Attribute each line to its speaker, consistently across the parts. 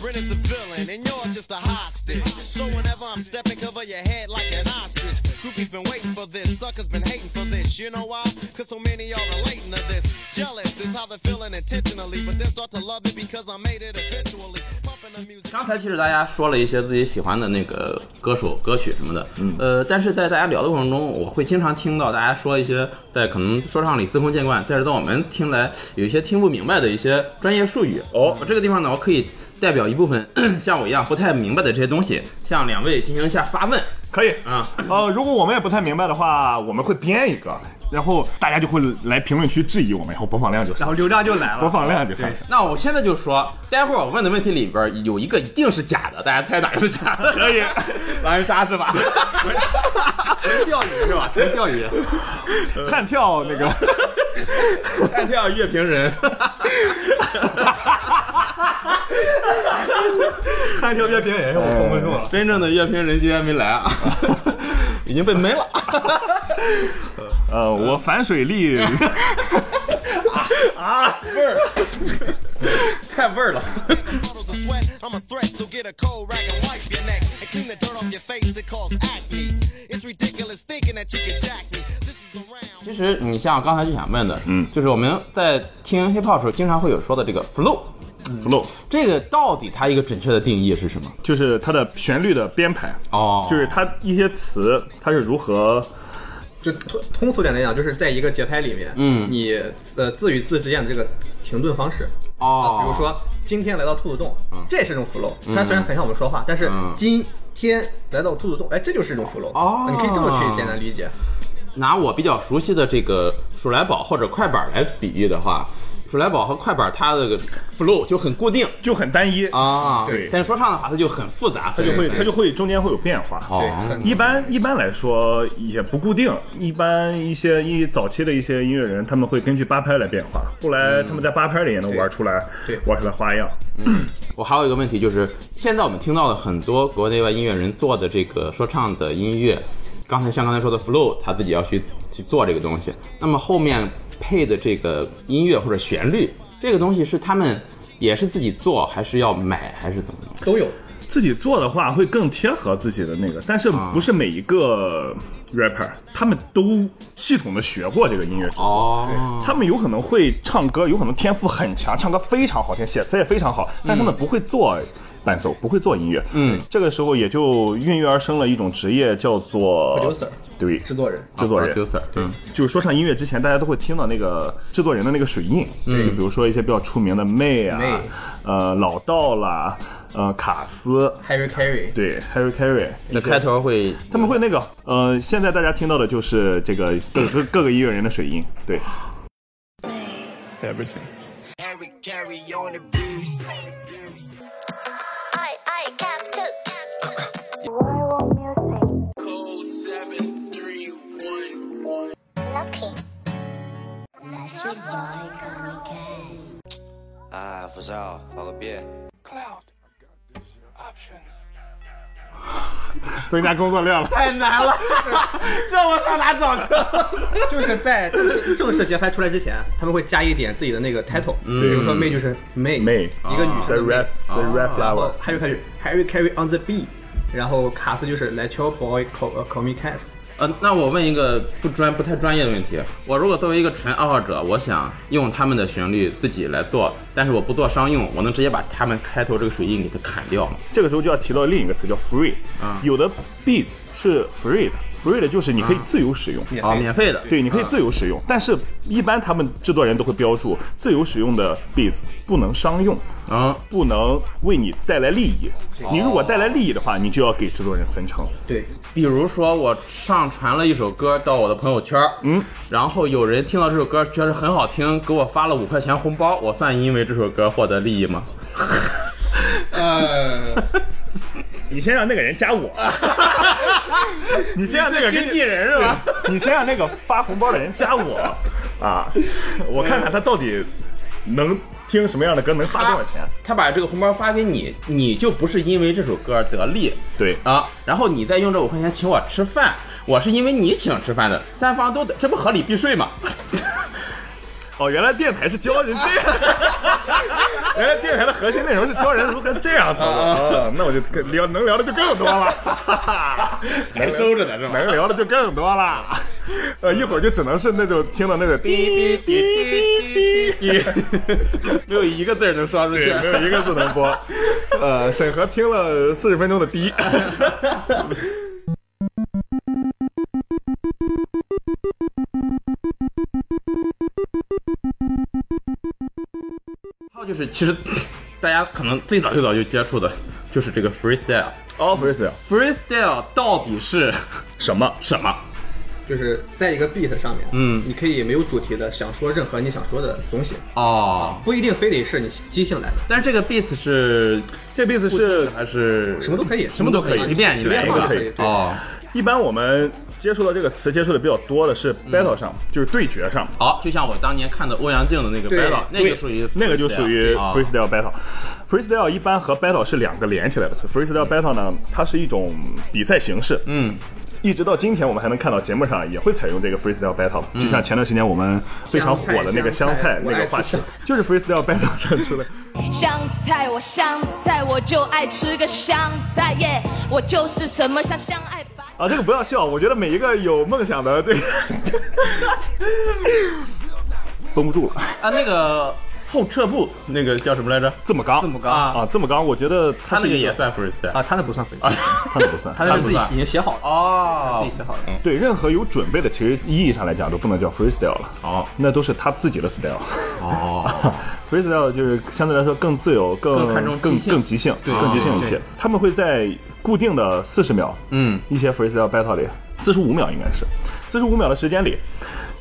Speaker 1: Brennan's the villain, and you're just a hostage. So whenever I'm stepping, cover your head like an ostrich. Groupies been waiting for this, suckers been hating for this. You know why? Cause so many y'all are relating to this. Jealous is how they're feeling intentionally, but then start to love it because I made it eventually. Pumping the music.
Speaker 2: 刚才其实大家说了一些自己喜欢的那个歌手、歌曲什么的，
Speaker 3: 嗯
Speaker 2: 呃，但是在大家聊的过程中，我会经常听到大家说一些在可能说唱里司空见惯，但是在我们听来有一些听不明白的一些专业术语。哦，这个地方呢，我可以代表一部分 像我一样不太明白的这些东西，向两位进行一下发问
Speaker 4: 可以。
Speaker 2: 啊。
Speaker 4: 呃，如果我们也不太明白的话，我们会编一个，然后大家就会来评论区质疑我们，然后播放量就
Speaker 3: 然
Speaker 4: 上
Speaker 3: 后
Speaker 4: 去，
Speaker 3: 流量就来
Speaker 4: 播
Speaker 3: 了。
Speaker 4: 放量就上去。
Speaker 2: 那我现在就说，待会儿我问的问题里边有一个一定是假的，大家猜哪个是假 的？
Speaker 4: 可以，
Speaker 2: 狼人杀是吧？
Speaker 3: 纯钓鱼是吧？纯钓鱼。
Speaker 4: 悍跳 那个，
Speaker 2: 弹跳乐评人。
Speaker 3: 看跳跃边缘，哎我绷不住了。
Speaker 2: 真正的乐评人居然没来 啊，已经被没了。
Speaker 4: 呃，我反水 力，
Speaker 2: 太味儿了。
Speaker 1: Puddles of sweat, I'm a threat, so get a cold rag and wipe your neck and clean the dirt off your face that cause acne. It's ridiculous thinking that you can jack me. This is the round.
Speaker 2: 其实你像我刚才就想问的，嗯，就是我们在听 hiphop 的时候，经常会有说的这个 flow，
Speaker 4: flow，
Speaker 2: 这个到底它一个准确的定义是什么？
Speaker 4: 就是它的旋律的编排，
Speaker 2: 哦
Speaker 4: 就是它一些词它是如何
Speaker 3: 就通通俗点来讲，就是在一个节拍里面，嗯，你呃字与字之间的这个停顿方式，
Speaker 2: 哦嗯
Speaker 3: 啊比如说今天来到兔子洞，这也是一种 flow，它虽然很像我们说话，但是今天来到兔子洞，哎，这就是一种 flow，
Speaker 2: 哦
Speaker 3: 你可以这么去简单理解，
Speaker 2: 拿我比较熟悉的这个鼠来宝或者快板来比喻的话，鼠来宝和快板它的 flow 就很固定
Speaker 4: 就很单一，
Speaker 2: 啊，
Speaker 4: 对
Speaker 2: 但是说唱的话，它就很复杂，它
Speaker 4: 它就会它就会中间会有变化。
Speaker 3: 对，
Speaker 2: 哦
Speaker 3: 很
Speaker 4: 一般一般来说也不固定，一般一些一早期的一些音乐人，他们会根据八拍来变化，后来他们在八拍里也能玩出来，
Speaker 3: 对
Speaker 4: 玩出来花样。
Speaker 2: 我还有一个问题，就是现在我们听到的很多国内外音乐人做的这个说唱的音乐，刚才像刚才说的 flow，他自己要去去做这个东西，那么后面配的这个音乐或者旋律，这个东西是他们也是自己做，还是要买，还是怎么样？
Speaker 3: 都有，
Speaker 4: 自己做的话会更贴合自己的那个，但是不是每一个 rapper 他们都系统的学过这个音乐制作。
Speaker 2: 哦，
Speaker 4: 他们有可能会唱歌，有可能天赋很强，唱歌非常好听，写词也非常好，但他们不会做伴奏，不会做音乐。
Speaker 2: 嗯，
Speaker 4: 这个时候也就孕育而生了一种职业，叫做
Speaker 3: Producer
Speaker 4: 对，
Speaker 3: 制作人，
Speaker 4: 制作人。
Speaker 2: 啊
Speaker 4: 嗯
Speaker 2: producer，对，
Speaker 4: 就是说唱音乐之前，大家都会听到那个制作人的那个水印，嗯，比如说一些比较出名的妹啊，
Speaker 3: 妹
Speaker 4: 呃，老道啦，呃，卡斯，
Speaker 3: Harry Carey，
Speaker 4: 对，Harry Carey，
Speaker 2: 那开头会
Speaker 4: 他们会那个，呃，现在大家听到的就是这个各各各个音乐人的水印，对，
Speaker 1: Eric carry on the beast.
Speaker 5: I, I, Captain.
Speaker 1: Cold seven three one one.
Speaker 5: Lucky.
Speaker 6: I for sure. Fuck a beer.
Speaker 4: 增加工作量了。
Speaker 2: 太难了，这我上哪找 去？
Speaker 3: 就是在正式正式节拍出来之前，他们会加一点自己的那个 title，比如说 May 就是 May，
Speaker 4: May
Speaker 3: 一个女
Speaker 4: The
Speaker 3: 生的 May
Speaker 4: Red The Red
Speaker 3: 然
Speaker 4: Flower
Speaker 3: 后 Harry Carey Harry Carey on the beat，然后卡斯就是 Let your boy call call me Cass，
Speaker 2: 呃，那我问一个不专不太专业的问题，我如果作为一个纯爱好者，我想用他们的旋律自己来做，但是我不做商用，我能直接把他们开头这个水印给它砍掉吗？
Speaker 4: 这个时候就要提到另一个词叫 free，、
Speaker 2: 啊
Speaker 4: 有的 beats 是 free 的，free 的就是你可以自由使用，
Speaker 3: 免
Speaker 2: 啊，
Speaker 3: 费
Speaker 2: 免费的，
Speaker 4: 对，你可以
Speaker 2: 啊
Speaker 4: 自由使用，但是一般他们制作人都会标注自由使用的 beats 不能商用，
Speaker 2: 嗯，
Speaker 4: 不能为你带来利益。你如果带来利益的话，你就要给制作人分成。
Speaker 3: 对，
Speaker 2: 比如说我上传了一首歌到我的朋友圈，嗯，然后有人听到这首歌觉得很好听，给我发了五块钱红包，我算因为这首歌获得利益吗？
Speaker 3: 呃，
Speaker 4: 你先让那个人 加我，你先让那个
Speaker 2: 经纪人是吧？
Speaker 4: 对你先让那个发红包的人加我啊，我看看他到底能听什么样的歌，能发多少钱。
Speaker 2: 他把这个红包发给你，你就不是因为这首歌得利，
Speaker 4: 对
Speaker 2: 啊，然后你再用这五块钱请我吃饭，我是因为你请吃饭的，三方都得，这不合理避税 吗？
Speaker 4: 哦，原来电台是教人这样， 原来电台的核心内容是教人如何这样操作。啊，那我就更聊能聊的就更多了，
Speaker 2: 还收着呢是吧
Speaker 4: 能聊的就更多了。呃，一会儿就只能是那种听到那种滴滴滴滴滴滴，
Speaker 2: 没有一个字儿能刷出去
Speaker 4: 对，。没有一个字能 播。呃，审核听了四十分钟的滴。
Speaker 2: 还有就是，其实大家可能最早最早就接触的就是这个 freestyle。
Speaker 4: 哦 f r e e s
Speaker 2: freestyle 到底是
Speaker 4: 什么？
Speaker 2: 什么？
Speaker 3: 就是在一个 beat 上面，
Speaker 2: 嗯
Speaker 3: 你可以没有主题的想说任何你想说的东西，
Speaker 2: 哦，
Speaker 3: 不一定非得是你即兴来的，
Speaker 2: 但是这个 beats 是
Speaker 4: 这意思是
Speaker 2: 还是
Speaker 3: 什么都可以，
Speaker 2: 什么都可以，随便你
Speaker 3: 随
Speaker 2: 来
Speaker 3: 便
Speaker 2: 一个
Speaker 3: 放都
Speaker 4: 可
Speaker 3: 可
Speaker 4: 以
Speaker 3: 以。对，
Speaker 2: 哦，
Speaker 4: 一般我们接触到这个词接触的比较多的是 battle 上，就是对决上。
Speaker 2: 好，就像我当年看的欧阳靖的那个
Speaker 3: 对
Speaker 2: battle，那个就
Speaker 4: 对
Speaker 2: 属于
Speaker 4: 那个就属于
Speaker 2: 啊
Speaker 4: freestyle battle。freestyle 一般和 battle 是两个连起来的词。freestyle battle 呢，它是一种比赛形式，
Speaker 2: 嗯，
Speaker 4: 一直到今天我们还能看到节目上也会采用这个 freestyle battle。就像前段时间我们非常火的那个
Speaker 3: 香
Speaker 4: 香
Speaker 3: 菜
Speaker 4: 菜
Speaker 3: 我
Speaker 4: 那
Speaker 3: 爱
Speaker 4: 个
Speaker 3: 吃
Speaker 4: 话题
Speaker 3: 香菜，
Speaker 4: 就是 freestyle battle 上出的。
Speaker 7: 香菜，我香菜，我就爱吃个香菜耶，我就是什么香香爱白。
Speaker 4: 啊，这个不要笑，我觉得每一个有梦想的对，绷不住了。
Speaker 2: 啊那个后撤步那个叫什么来着？
Speaker 4: 这么刚，
Speaker 3: 字母刚
Speaker 2: 啊
Speaker 4: 啊，这么刚，我觉得
Speaker 2: 他
Speaker 4: 他
Speaker 2: 那
Speaker 4: 是
Speaker 2: 个
Speaker 4: 一
Speaker 2: 也，算 freestyle
Speaker 3: 啊，他那不算分析，
Speaker 4: 他那不算， 嗯
Speaker 3: 他那是自己
Speaker 2: 他不算
Speaker 3: 已经写好了，
Speaker 2: 哦
Speaker 3: 自己写好了。
Speaker 4: 对任何有准备的，其实意义上来讲都不能叫 freestyle 了，
Speaker 2: 哦
Speaker 4: 那都是他自己的 style。
Speaker 2: 哦，
Speaker 4: freestyle 就是相对来说更自由、更
Speaker 2: 更看重
Speaker 4: 更
Speaker 2: 即兴
Speaker 4: 更即兴、
Speaker 2: 对哦
Speaker 4: 更即兴一些
Speaker 2: 对。
Speaker 4: 他们会在固定的四十秒，
Speaker 2: 嗯
Speaker 4: 一些 freestyle battle 里，四十五秒应该是，四十五秒的时间里，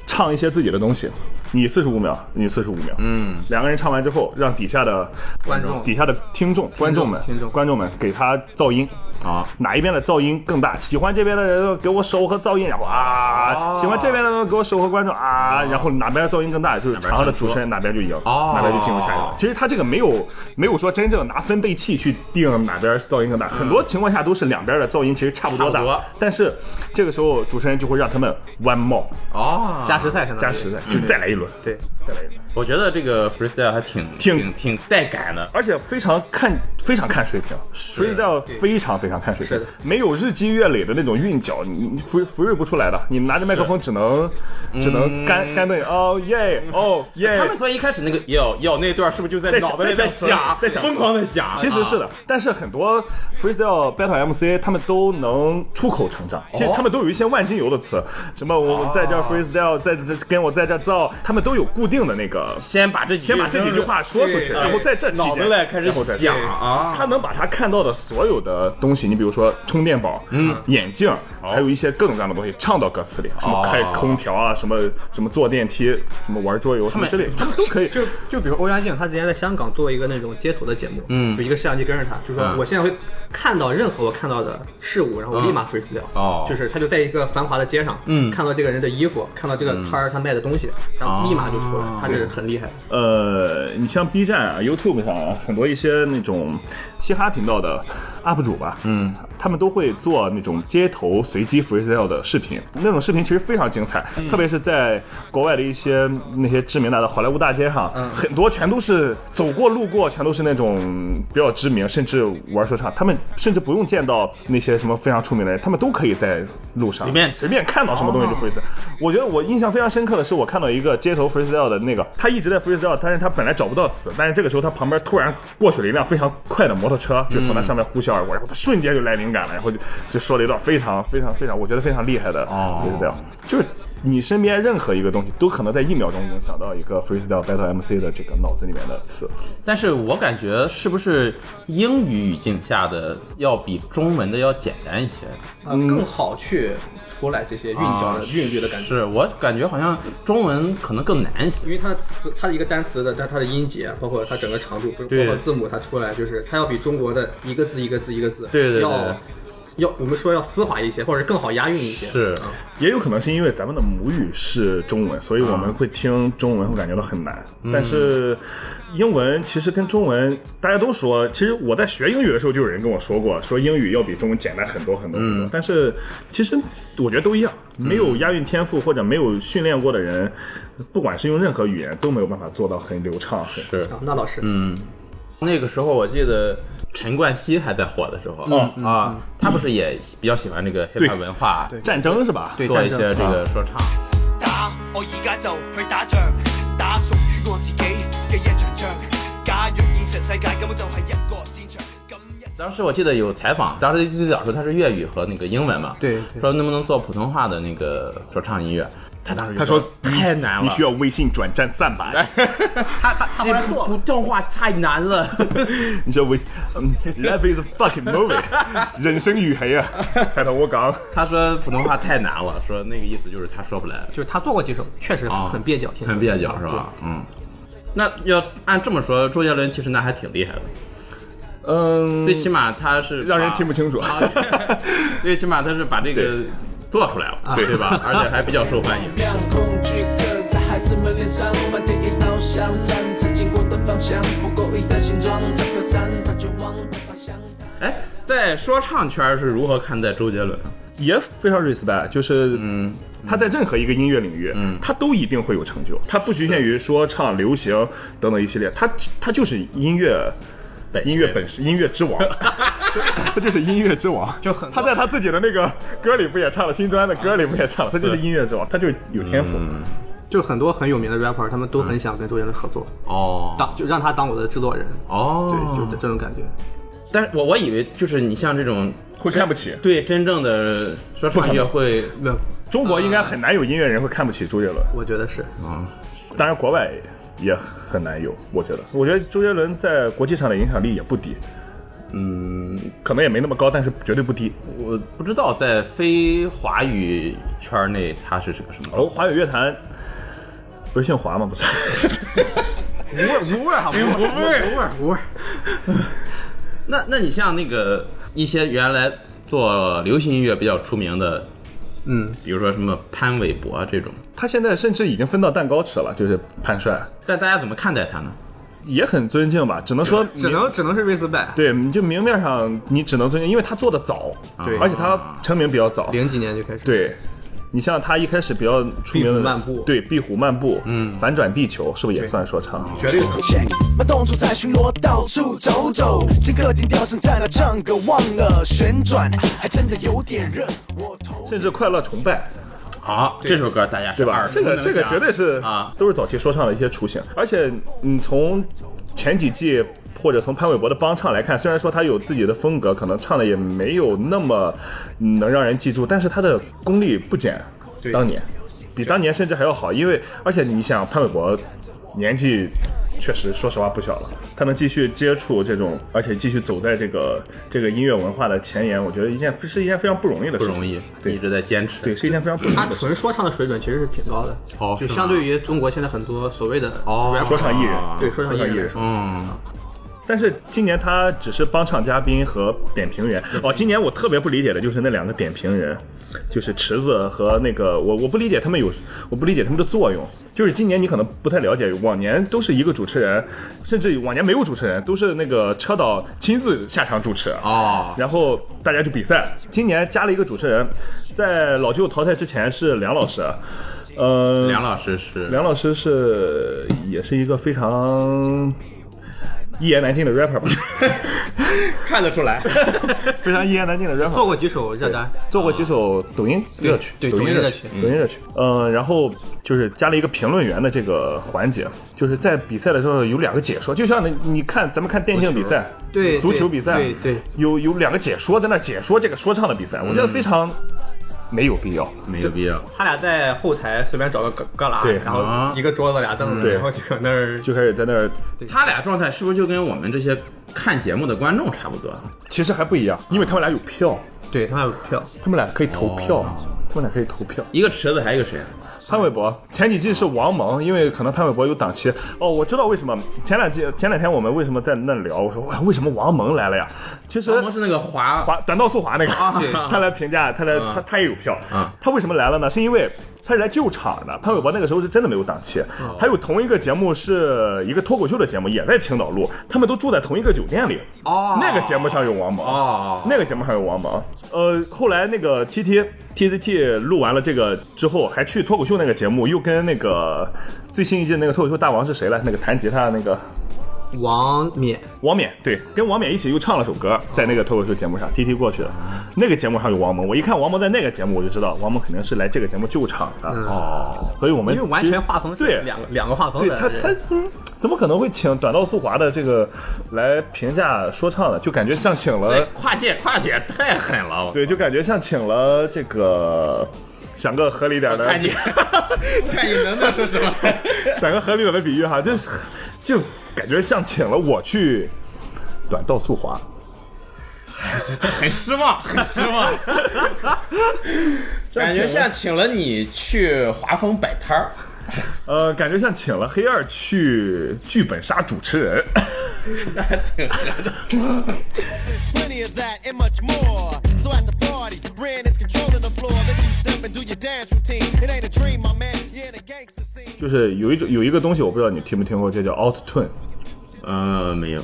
Speaker 4: 唱一些自己的东西。你四十五秒，你四十五秒，嗯，两个人唱完之后，让底下的
Speaker 3: 观众
Speaker 4: 底下的听众、观众们、
Speaker 3: 听众
Speaker 4: 观众们给他噪音，
Speaker 2: 啊
Speaker 4: 哪一边的噪音更大？喜欢这边的人给我手和噪音，然后啊；
Speaker 2: 哦
Speaker 4: 喜欢这边的人给我手和观众啊，然后哪边的噪音更大，就是场上的主持人哪边就赢，
Speaker 2: 哦
Speaker 4: 哪边就进入下一轮。其实他这个没有没有说真正拿分贝器去定哪边噪音更大，很多情况下都是两边的噪音其实差不多大
Speaker 2: 差不多，
Speaker 4: 但是这个时候主持人就会让他们 one more
Speaker 2: 哦，
Speaker 3: 加时赛相当于
Speaker 4: 加时的，就再来一轮，对，再来一轮，
Speaker 2: 我觉得这个 freestyle 还挺
Speaker 4: 挺
Speaker 2: 挺挺带感的。
Speaker 4: 而且非常看非常看水平，freestyle 非常非常看水平，
Speaker 3: 是的
Speaker 4: 没有日积月累的那种韵脚，你你 free free 不出来的，你拿着麦克风只能只能干干瞪眼，哦耶，哦耶
Speaker 2: 他。们所以一开始那个要要那段是不是就在
Speaker 4: 在想
Speaker 2: 脑子里
Speaker 4: 在想
Speaker 2: 想，
Speaker 4: 在想啊
Speaker 2: 疯狂的想？
Speaker 4: 其实是的，但是很多 freestyle battle MC 他们都能出口成哦啊章，其实他们都有一些万金油的词，什么我在这儿 freestyle，在这跟我在这儿造，他们都有固定的那个
Speaker 2: 先把这
Speaker 4: 先把这几句话说出去，
Speaker 2: 对
Speaker 4: 然后在这期间
Speaker 2: 脑子里开始
Speaker 4: 然后再
Speaker 2: 想
Speaker 4: 对
Speaker 2: 啊
Speaker 4: 他能把他看到的所有的东西，你比如说充电宝、嗯、眼镜，
Speaker 2: 哦
Speaker 4: 还有一些各种各样的东西，唱到歌词里，什么开空调啊，什么什么坐电梯，什么玩桌游，什么
Speaker 2: 们
Speaker 4: 之类的， 他们都可以。
Speaker 3: 就就比如欧阳靖，他之前在香港做一个那种街头的节目，
Speaker 2: 嗯
Speaker 3: 就一个摄像机跟着他，就说
Speaker 2: 嗯
Speaker 3: 我现在会看到任何我看到的事物，然后我立马 freestyle，、
Speaker 2: 哦
Speaker 3: 就是他就在一个繁华的街上，
Speaker 2: 嗯
Speaker 3: 看到这个人的衣服，看到这个摊儿他卖的东西，然后立马就出来，
Speaker 2: 哦
Speaker 3: 他是很厉害，
Speaker 4: 呃，你像 B 站啊、YouTube 上啊，很多一些那种嘻哈频道的 UP 主吧，嗯，他们都会做那种街头随机 freestyle 的视频，那种视频其实非常精彩，特别是在国外的一些那些知名的好莱坞大街上，很多全都是走过路过，全都是那种比较知名，甚至玩说唱，他们甚至不用见到那些什么非常出名的人，他们都可以在路上
Speaker 2: 随便
Speaker 4: 随便看到什么东西就 freestyle。我觉得我印象非常深刻的是，我看到一个街头 freestyle 的那个，他一直在 freestyle，但是他本来找不到词，但是这个时候他旁边突然过去了一辆非常快的摩托车，就从他上面呼啸而过，然后他瞬间就来灵感了，然后就就说了一段非常非常非常我觉得非常厉害的
Speaker 2: 哦
Speaker 4: freestyle，、就是你身边任何一个东西都可能在一秒钟影响到一个 freestyle battle MC 的这个脑子里面的词。
Speaker 2: 但是我感觉是不是英语语境下的要比中文的要简单一些？啊
Speaker 3: 呃更好去出来这些韵脚的、韵律的感觉。
Speaker 2: 是我感觉好像中文可能更难一些。
Speaker 3: 因为它的词，它的一个单词的，但它的音节，包括它整个长度，包
Speaker 2: 对
Speaker 3: 括字母，它出来就是它要比中国的一个字一个字一个字，
Speaker 2: 对对对
Speaker 3: 要要我们说要丝滑一些，或者更好押韵一些。
Speaker 2: 是
Speaker 3: 啊
Speaker 4: 也有可能是因为咱们的母语是中文，所以我们会听中文会感觉到很难。但是英文其实跟中文大家都说，其实我在学英语的时候就有人跟我说过，说英语要比中文简单很多很多很多。但是其实我觉得都一样，没有押韵天赋或者没有训练过的人，不管是用任何语言都没有办法做到很流畅。很
Speaker 2: 是
Speaker 3: 啊，那倒是，
Speaker 2: 嗯那个时候我记得陈冠希还在火的时候，
Speaker 4: 嗯
Speaker 2: 啊，他不是也比较喜欢这个 hiphop
Speaker 4: 对
Speaker 2: 文化，
Speaker 4: 战争是吧？
Speaker 3: 对
Speaker 2: 做一
Speaker 3: 战
Speaker 2: 些
Speaker 3: 争
Speaker 2: 这个说唱。
Speaker 8: 打，我而家就去打仗，打屬於我自己嘅一場仗。假若現實世界根本就係一個戰場，咁一
Speaker 2: 当时我记得有采访，当时最早说他是粤语和那个英文嘛，
Speaker 3: 对对
Speaker 2: 说能不能做普通话的那个说唱音乐，他当时就
Speaker 4: 他说
Speaker 2: 太难了，
Speaker 4: 你需要微信转战三百，
Speaker 3: 他他他后来做
Speaker 2: 普
Speaker 3: 了，
Speaker 2: 通话太难了。
Speaker 4: 你需要微， 嗯，Life is a fucking movie，人 生如戲啊，睇到我講。
Speaker 2: 他说普通话太难了，说那个意思就是他说不来，
Speaker 3: 就是他做过几首，确实
Speaker 2: 啊
Speaker 3: 哦很蹩脚，听着
Speaker 2: 很蹩脚是吧？嗯。那要按这么说，周杰伦其实那还挺厉害的，
Speaker 4: 嗯，
Speaker 2: 最起码他是
Speaker 4: 让人
Speaker 2: 把
Speaker 4: 听不清楚
Speaker 2: 啊 最起码他是把这个
Speaker 4: 对
Speaker 2: 做出来了，
Speaker 3: 啊
Speaker 2: 对 吧？而且还比较受欢迎。
Speaker 9: 亮恐惧刻在孩子们脸上，满天一道香，站着经过的方向，不够一的形状，这个山它就忘了方向。
Speaker 2: 哎，在说唱圈是如何看待周杰伦？啊
Speaker 4: 也非常 respect，就是嗯。他在任何一个音乐领域，嗯，他都一定会有成就。他不局限于说唱、流行等等一系列，他他就是音乐，
Speaker 2: 本
Speaker 4: 音乐本身，音乐之 王，他就是音乐之王。
Speaker 3: 就很
Speaker 4: 他在他自己的那个歌里不也唱了，新专的歌里不也唱了，他就是音乐之王，他就是有天赋。
Speaker 3: 就很多很有名的 rapper，他们都很想跟周杰伦合作，
Speaker 2: 哦
Speaker 3: 当就让他当我的制作人，
Speaker 2: 哦，
Speaker 3: 对，就是这种感觉。
Speaker 2: 但是我我以为就是你像这种
Speaker 4: 会看不起
Speaker 2: 对真正的说唱音乐会，
Speaker 3: 没有，
Speaker 4: 中国应该很难有音乐人会看不起周杰伦，
Speaker 3: 我觉得是，
Speaker 4: 当然国外也很难有。我觉得，我觉得周杰伦在国际上的影响力也不低，
Speaker 2: 嗯，
Speaker 4: 可能也没那么高，但是绝对不低。
Speaker 2: 我不知道在非华语圈内他是是个什么。
Speaker 4: 哦，华语乐坛不是姓 华吗？不是，
Speaker 3: 无味儿无味儿哈，无味儿无味儿无味儿。
Speaker 2: 那那你像那个一些原来做流行音乐比较出名的，
Speaker 3: 嗯，
Speaker 2: 比如说什么潘玮柏这种，
Speaker 4: 他现在甚至已经分到蛋糕吃了，就是潘帅，
Speaker 2: 但大家怎么看待他呢？
Speaker 4: 也很尊敬吧，只能说
Speaker 3: 只能只能是 respect。
Speaker 4: 对，你就明面上你只能尊敬，因为他做的早，
Speaker 3: 对
Speaker 4: 而且他成名比较早，
Speaker 3: 零几年就开始，，
Speaker 4: 对。你像他一开始比较出名的
Speaker 3: 壁虎漫步
Speaker 4: 对《壁虎漫步》，嗯，反转地球是不是也算说唱？
Speaker 3: 绝对有。
Speaker 9: Check，把动作在巡逻，到处走走，听个听调声在那唱歌，忘了旋转，还真的有点热。我头
Speaker 4: 甚至快乐崇拜，
Speaker 2: 好，啊这首歌大家是
Speaker 4: 啊对吧
Speaker 2: 耳？熟
Speaker 4: 这个
Speaker 2: 能
Speaker 4: 这个
Speaker 2: 详
Speaker 4: 绝对是
Speaker 2: 啊，
Speaker 4: 都是早期说唱的一些雏形。而且你从前几季或者从潘玮柏的帮唱来看，虽然说他有自己的风格，可能唱的也没有那么嗯能让人记住，但是他的功力不减
Speaker 3: 对
Speaker 4: 当年，比当年甚至还要好。因为而且你想，潘玮柏年纪。确实，说实话不小了。他能继续接触这种，而且继续走在这个这个音乐文化的前沿，我觉得一件是一件非常不容易的
Speaker 2: 不
Speaker 4: 事情。
Speaker 2: 容易，一
Speaker 4: 对
Speaker 2: 直在坚持。
Speaker 4: 对，是一件非常不容易
Speaker 3: 他
Speaker 4: 的事情。
Speaker 3: 纯说唱的水准其实是挺高的，
Speaker 2: 哦
Speaker 3: 就是
Speaker 2: 吗
Speaker 3: 相对于中国现在很多所谓的
Speaker 2: 哦
Speaker 3: rapper
Speaker 4: 说唱艺人，
Speaker 3: 对啊说唱艺人来说，
Speaker 2: 嗯，
Speaker 4: 但是今年他只是帮唱嘉宾和点评员哦。今年我特别不理解的就是那两个点评人，就是池子和那个我我不理解他们有，我不理解他们的作用。就是今年你可能不太了解，往年都是一个主持人，甚至往年没有主持人，都是那个车导亲自下场主持啊。
Speaker 2: 哦，
Speaker 4: 然后大家就比赛。今年加了一个主持人，在老舅淘汰之前是梁老师，呃，
Speaker 2: 梁老师是
Speaker 4: 梁老师是也是一个非常一言难尽的 rapper 吧，
Speaker 2: 看得出来，
Speaker 4: 非常一言难尽的 rapper。
Speaker 3: 做过几首热单，
Speaker 4: 做过几首抖音热曲，
Speaker 3: 对
Speaker 4: 抖
Speaker 3: 抖音
Speaker 4: 热
Speaker 3: 热
Speaker 4: 曲
Speaker 3: 曲，
Speaker 4: 抖音热曲。嗯，然后就是加了一个评论员的这个环节，就是在比赛的时候有两个解说，就像你你看咱们看电竞比赛，
Speaker 3: 对
Speaker 4: 足球
Speaker 3: 对
Speaker 4: 比赛，
Speaker 3: 对对
Speaker 4: 有有两个解说在那解说这个说唱的比赛，我觉得非常没有必要。
Speaker 2: 没有必要。
Speaker 3: 他俩在后台随便找个旮旮
Speaker 4: 对
Speaker 3: 旯，然后一个桌子俩凳子，
Speaker 4: 对
Speaker 3: 然后就搁那儿
Speaker 4: 就开始在那儿，
Speaker 2: 他俩状态是不是就跟我们这些看节目的观众差不多？
Speaker 4: 其实还不一样，因为他们俩有票，
Speaker 3: 对他俩有票，
Speaker 4: 他们俩可以投票，他们俩可以投票。
Speaker 2: 一个池子，还有一个谁？啊
Speaker 4: 潘玮柏前几季是王蒙，因为可能潘玮柏有档期。哦，我知道为什么前两季前两天我们为什么在那聊，我说哇，为什么王蒙来了呀？其实
Speaker 2: 我们是那个华
Speaker 4: 华短道速滑那个，
Speaker 2: 啊
Speaker 4: 对 他来评价，他来、他他也有票、
Speaker 2: 啊
Speaker 4: 他为什么来了呢？是因为他是来救场的。潘玮柏那个时候是真的没有档期、
Speaker 2: 哦
Speaker 4: 还有同一个节目是一个脱口秀的节目，也在青岛录，他们都住在同一个酒店里。
Speaker 2: 哦
Speaker 4: 那个节目上有王蒙。
Speaker 2: 哦，
Speaker 4: 那个节目还有王蒙，呃，后来那个 T T T Z T 录完了这个之后，还去脱口秀那个节目，又跟那个最新一季那个脱口秀大王是谁来？那个弹吉他的那个
Speaker 3: 王冕
Speaker 4: 王冕，对，跟王冕一起又唱了首歌，在那个脱口秀节目上，T T 过去的那个节目上有王蒙，我一看王蒙在那个节目，我就知道王蒙肯定是来这个节目救场的哦，所以我们
Speaker 3: 嗯因为完
Speaker 4: 其实
Speaker 3: 全画风是
Speaker 4: 对
Speaker 3: 两个两个画风
Speaker 4: 对
Speaker 3: 的
Speaker 4: 他
Speaker 3: 人，
Speaker 4: 他、嗯、怎么可能会请短道速滑的这个来评价说唱呢？就感觉像请了
Speaker 2: 这。跨界跨界太狠了，我
Speaker 4: 对，就感觉像请了这个，想个合理点的，
Speaker 2: 看你，看你能不能说什么？
Speaker 4: 想个合理点的比喻哈，就是就感觉像请了我去短道速滑。
Speaker 2: 很失望，很失望，感觉像请了你去华丰摆摊儿。
Speaker 4: 呃，感觉像请了黑二去剧本杀主持人，
Speaker 1: There's plenty of that and much more. So at the party, Ren is controlling the floor. Then you step and do your dance routine. It ain't a dream, my man. Yeah, the gangster scene.
Speaker 4: 就是有一种有一个东西，我不知道你听没听过，这叫 Out Tune。
Speaker 2: 呃，没有，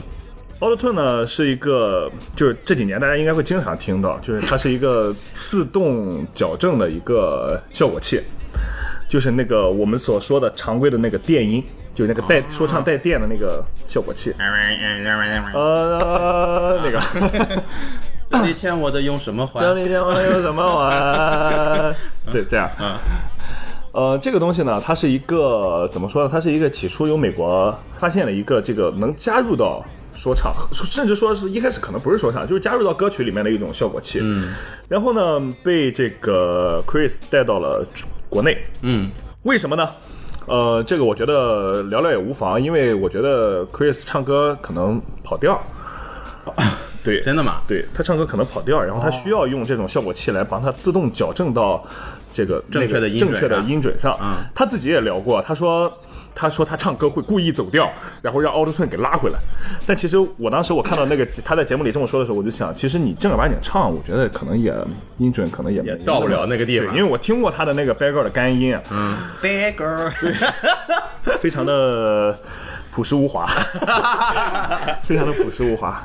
Speaker 4: Auto Tune 呢是一个，就是这几年大家应该会经常听到，就是它是一个自动矫正的一个效果器，就是那个我们所说的常规的那个电音，就是那个带说唱带电的那个效果器。呃，那个，
Speaker 2: 这一天我得用什么还？
Speaker 4: 整理电话有什么玩？嗯这这样，呃，这个东西呢，它是一个怎么说呢？它是一个起初由美国发现了一个这个能加入到说唱，甚至说是一开始可能不是说唱，就是加入到歌曲里面的一种效果器。嗯，然后呢，被这个 Chris 带到了国内。
Speaker 2: 嗯，
Speaker 4: 为什么呢？呃，这个我觉得聊聊也无妨，因为我觉得 Chris 唱歌可能跑 调。对，
Speaker 2: 真的吗？
Speaker 4: 对他唱歌可能跑调，然后
Speaker 2: 哦
Speaker 4: 他需要用这种效果器来帮他自动矫正到这个
Speaker 2: 正确的
Speaker 4: 那个
Speaker 2: 音
Speaker 4: 正
Speaker 2: 准
Speaker 4: 确的
Speaker 2: 上
Speaker 4: 音准上。
Speaker 2: 嗯
Speaker 4: 他自己也聊过，他说。他说他唱歌会故意走调，然后让 Auto Tune 给拉回来。但其实我当时我看到那个他在节目里这么说的时候，我就想，其实你正儿八经唱，我觉得可能也音准可能也也
Speaker 2: 到不了那个地方
Speaker 4: 因为我听过他的那个 Bad Girl 的干音啊，
Speaker 3: bad girl，
Speaker 4: 非常的朴实 无华，非常的朴实无华。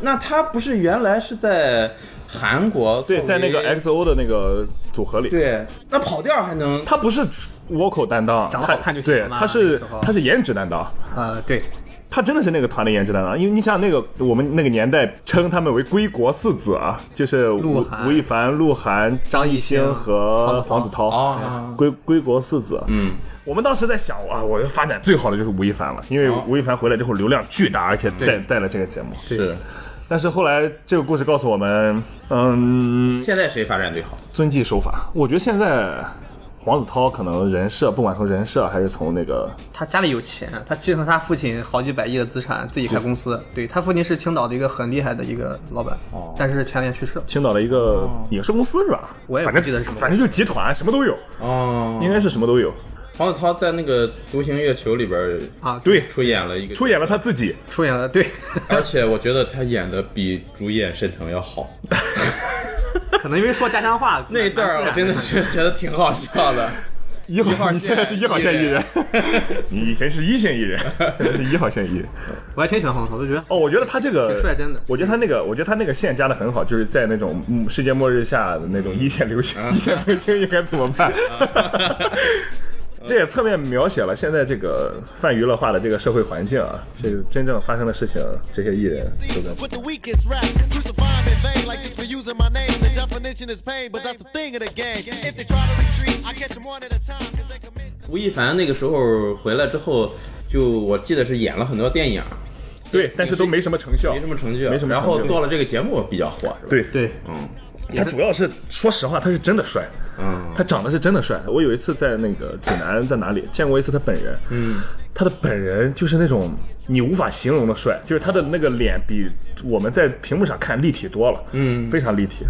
Speaker 2: 那他不是原来是在韩国？
Speaker 4: 对，在那个 XO 的那个组合里，
Speaker 2: 对，那跑调还能
Speaker 4: 他不是 vocal 担当，
Speaker 3: 长得好看就行
Speaker 4: 对
Speaker 3: 了，嘛
Speaker 4: 他
Speaker 3: 那
Speaker 4: 是
Speaker 3: 时候
Speaker 4: 他是颜值担当，
Speaker 3: 呃，对，
Speaker 4: 他真的是那个团的颜值担当。因为你想想那个我们那个年代称他们为归国四子啊，就是
Speaker 3: 鹿
Speaker 4: 吴
Speaker 3: 晗
Speaker 4: 吴亦凡、鹿晗、张艺兴和黄子韬，
Speaker 2: 哦
Speaker 4: 归归国四子。嗯，我们当时在想啊，我发展最好的就是吴亦凡了，因
Speaker 3: 哦
Speaker 4: 为吴亦凡回来之后流量巨大，而且带带了这个节目。
Speaker 2: 是？
Speaker 4: 但是后来这个故事告诉我们，嗯，
Speaker 2: 现在谁发展最好？
Speaker 4: 遵纪守法。我觉得现在黄子韬可能人设，不管从人设还是从那个
Speaker 3: 他家里有钱，他继承他父亲好几百亿的资产，自己开公司。对他父亲是青岛的一个很厉害的一个老板，但是前年去世了。
Speaker 4: 青岛的一个影视公司是吧？
Speaker 3: 哦我也不
Speaker 4: 反正
Speaker 3: 记得是什么
Speaker 4: 反正就是集团，什么都有，
Speaker 2: 哦
Speaker 4: 应该是什么都有。
Speaker 2: 黄子韬在那个《独行月球》里边
Speaker 3: 啊
Speaker 4: 对
Speaker 2: 出演了一个
Speaker 4: 出演了他自己，
Speaker 3: 出演了，对，
Speaker 2: 而且我觉得他演的比主演沈腾要 好。
Speaker 3: 可能因为说家乡 话
Speaker 2: 那一段儿我真的是觉得挺好笑的。
Speaker 4: 一号
Speaker 2: 一号
Speaker 4: 你 现在是
Speaker 2: 线
Speaker 4: 一号线艺
Speaker 2: 艺
Speaker 4: 人
Speaker 2: 人，
Speaker 4: 你以前是一线艺人，现在是一号线艺人。
Speaker 3: 我还挺喜欢黄子韬，就觉得
Speaker 4: 哦，我觉得他这个
Speaker 3: 挺率真的
Speaker 4: 我觉得他那个，我觉得他那个线加的很好，就是在那种嗯世界末日下的那种一线流行，一线流行应该怎么办？这也侧面描写了现在这个泛娱乐化的这个社会环境啊，这个真正发生的事情，这些艺人都在
Speaker 1: With the weakest rap, crucify me in vain, like just for using my name. The definition is pain, but that's the thing of the game. If they try to retreat, I catch them one at a time, cause they commit.
Speaker 2: 吴亦凡那个时候回来之后，就我记得是演了很多电影，
Speaker 4: 对，但是都没什么成效，
Speaker 2: 没什么成绩，
Speaker 4: 没什么成就
Speaker 2: 然后做了这个节目比较火，是吧？
Speaker 4: 对，
Speaker 3: 对，
Speaker 4: 他主要是说实话，他是真的帅，嗯，他长得是真的帅。我有一次在那个济南，在哪里见过一次他本人，嗯，他的本人就是那种你无法形容的帅，就是他的那个脸比我们在屏幕上看立体多了，嗯，非常立体。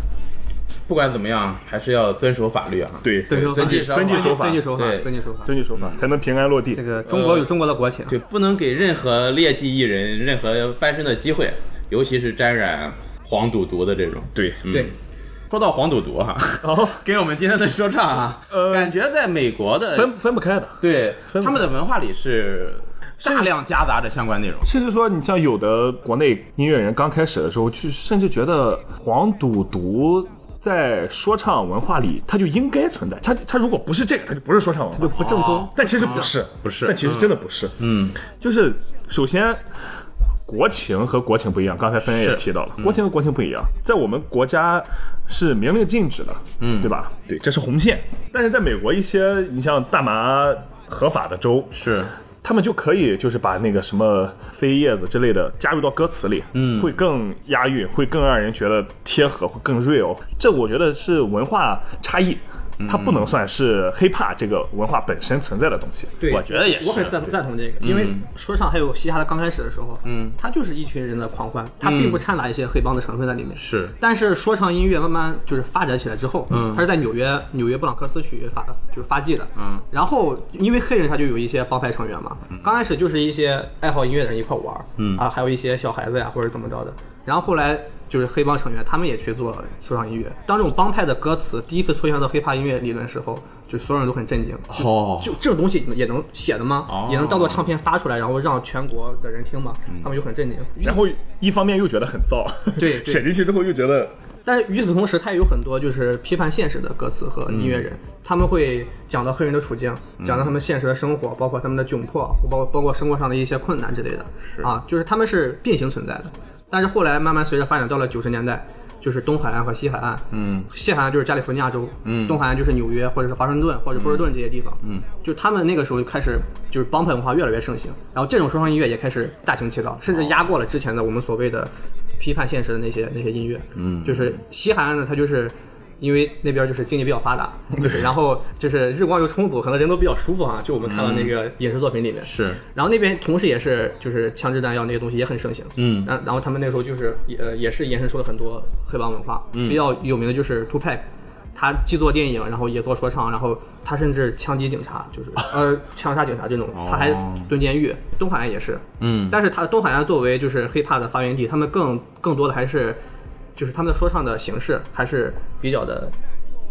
Speaker 2: 不管怎么样，还是要遵守法律啊。
Speaker 4: 对
Speaker 10: 对
Speaker 4: 遵
Speaker 10: 遵
Speaker 4: 纪守法遵纪守法
Speaker 10: 遵纪守法
Speaker 2: 对，
Speaker 10: 遵纪守法。
Speaker 4: 纪守法才能平安落地
Speaker 10: 这。个中国有中国的国情，
Speaker 2: 对，不能给任何劣迹艺人任何翻身的机会，尤其是沾染黄赌毒的这种。
Speaker 4: 对，
Speaker 2: 嗯
Speaker 3: 对，
Speaker 2: 说到黄赌毒哈，
Speaker 4: 哦，
Speaker 2: 给我们今天的说唱啊，
Speaker 4: 呃
Speaker 2: 感觉在美国的
Speaker 4: 分分不开的。
Speaker 2: 对
Speaker 4: 分
Speaker 2: 他们的文化里是大量夹杂着相关内容。
Speaker 4: 甚至说，你像有的国内音乐人刚开始的时候，去甚至觉得黄赌毒在说唱文化里，它就应该存在。它它如果不是这个，它就不是说唱文化，就不正宗。但其实不是，不
Speaker 2: 是
Speaker 4: 但其实真的不是。嗯，就是首先。国情和国情不一样，刚才芬也
Speaker 2: 是
Speaker 4: 提到了，国情和国情不一样，在我们国家是明令禁止的，嗯，对吧？对，这是红线。但是在美国一些，你像大麻合法的州，
Speaker 2: 是，
Speaker 4: 他们就可以就是把那个什么飞叶子之类的加入到歌词里，嗯，会更押韵，会更让人觉得贴合，会更 real。这我觉得是文化差异，
Speaker 3: 嗯
Speaker 4: 它不能算是 hiphop 这个文化本身存在的东西。
Speaker 3: 对，
Speaker 2: 我觉得也是
Speaker 3: 我很赞赞同这个，因为说唱还有嘻哈的刚开始的时候，嗯，它就是一群人的狂欢，它并不掺杂一些黑帮的成分在里面。
Speaker 2: 是
Speaker 3: 但是说唱音乐慢慢就是发展起来之后，嗯，它是在纽约纽约布朗克斯区发就是发迹的，嗯，然后因为黑人他就有一些帮派成员嘛，刚开始就是一些爱好音乐的人一块玩儿，嗯啊，还有一些小孩子呀或者怎么着的，然后后来。就是黑帮成员，他们也去做说唱音乐。当这种帮派的歌词第一次出现到黑怕音乐理论的时候，就所有人都很震惊。
Speaker 2: 哦
Speaker 3: 就这种东西也能写的吗？
Speaker 2: 哦
Speaker 3: 也能当做唱片发出来，然后让全国的人听吗？他们就很震惊。
Speaker 4: 然后一方面又觉得很燥，
Speaker 3: 对对
Speaker 4: 写进去之后又觉得
Speaker 3: 但是与此同时，他也有很多就是批判现实的歌词和音乐人，他们会讲到黑人的处境，讲到他们现实的生活，包括他们的窘迫，包括包括生活上的一些困难之类的。啊，就是他们是并行存在的。但是后来慢慢随着发展到了九十年代，就是东海岸和西海岸，嗯，西海岸就是加利福尼亚州，嗯，东海岸就是纽约或者是华盛顿或者波士顿这些地方，嗯，就他们那个时候就开始就是帮派文化越来越盛行，然后这种说唱音乐也开始大行其道，甚至压过了之前的我们所谓的批判现实的那些那些音乐，嗯，就是西海岸呢，它就是。因为那边就是经济比较发达，然后就是日光又充足，可能人都比较舒服啊。就我们看到那个影视作品里面，
Speaker 2: 嗯是
Speaker 3: 然后那边同时也是就是枪支弹药那些东西也很盛行，
Speaker 2: 嗯
Speaker 3: 然然后他们那时候就是也呃也是延伸出了很多黑帮文化，
Speaker 2: 嗯
Speaker 3: 比较有名的就是 Tupac，他既做电影，然后也做说唱，然后他甚至枪击警察，就是呃 枪杀警察这种，他还
Speaker 2: 哦
Speaker 3: 蹲监狱，东海岸也是，
Speaker 2: 嗯
Speaker 3: 但是他东海岸作为就是黑怕的发源地，他们更更多的还是就是他们的说唱的形式还是比较的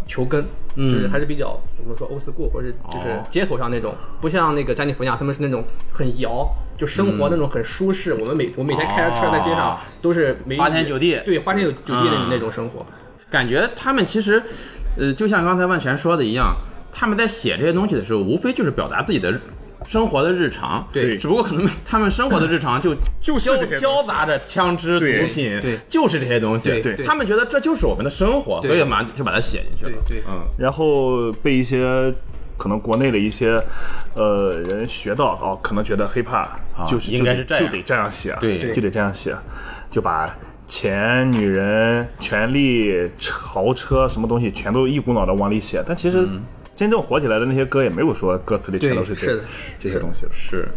Speaker 3: 求根，
Speaker 2: 嗯
Speaker 3: 就是还是比较我们说 old school 或者
Speaker 2: 哦
Speaker 3: 就是街头上那种，不像那个加利福尼亚，他们是那种很摇，就生活那种很舒适。我们每我每天开着车在街上
Speaker 2: 嗯哦
Speaker 3: 都是没
Speaker 2: 花天酒地
Speaker 3: 对花天酒酒地的
Speaker 2: 嗯
Speaker 3: 那种生活。
Speaker 2: 感觉他们其实，呃，就像刚才万全说的一样，他们在写这些东西的时候，无非就是表达自己的生活的日常。
Speaker 3: 对
Speaker 2: 只不过可能他们生活的日常就
Speaker 4: 就是
Speaker 2: 交
Speaker 4: 这些东西
Speaker 2: 交杂着枪支、
Speaker 4: 对
Speaker 2: 毒品，
Speaker 3: 对
Speaker 2: 就是这些东西。
Speaker 3: 对对
Speaker 2: 他们觉得这就是我们的生活，
Speaker 3: 对
Speaker 2: 所以马上就把它写进去了。
Speaker 3: 对对
Speaker 2: 嗯，
Speaker 4: 然后被一些可能国内的一些呃人学到哦，可能觉得 hiphop 就是、
Speaker 2: 啊应该是这样
Speaker 4: 就得这样写，啊
Speaker 2: 对
Speaker 4: 就得这样写，就把钱、女人、权力、豪车什么东西全都一股脑的往里写，但其实。
Speaker 2: 嗯
Speaker 4: 真正火起来的那些歌也没有说歌词里全都是
Speaker 3: 对
Speaker 4: 这
Speaker 3: 是的
Speaker 4: 这些东西的，
Speaker 2: 是。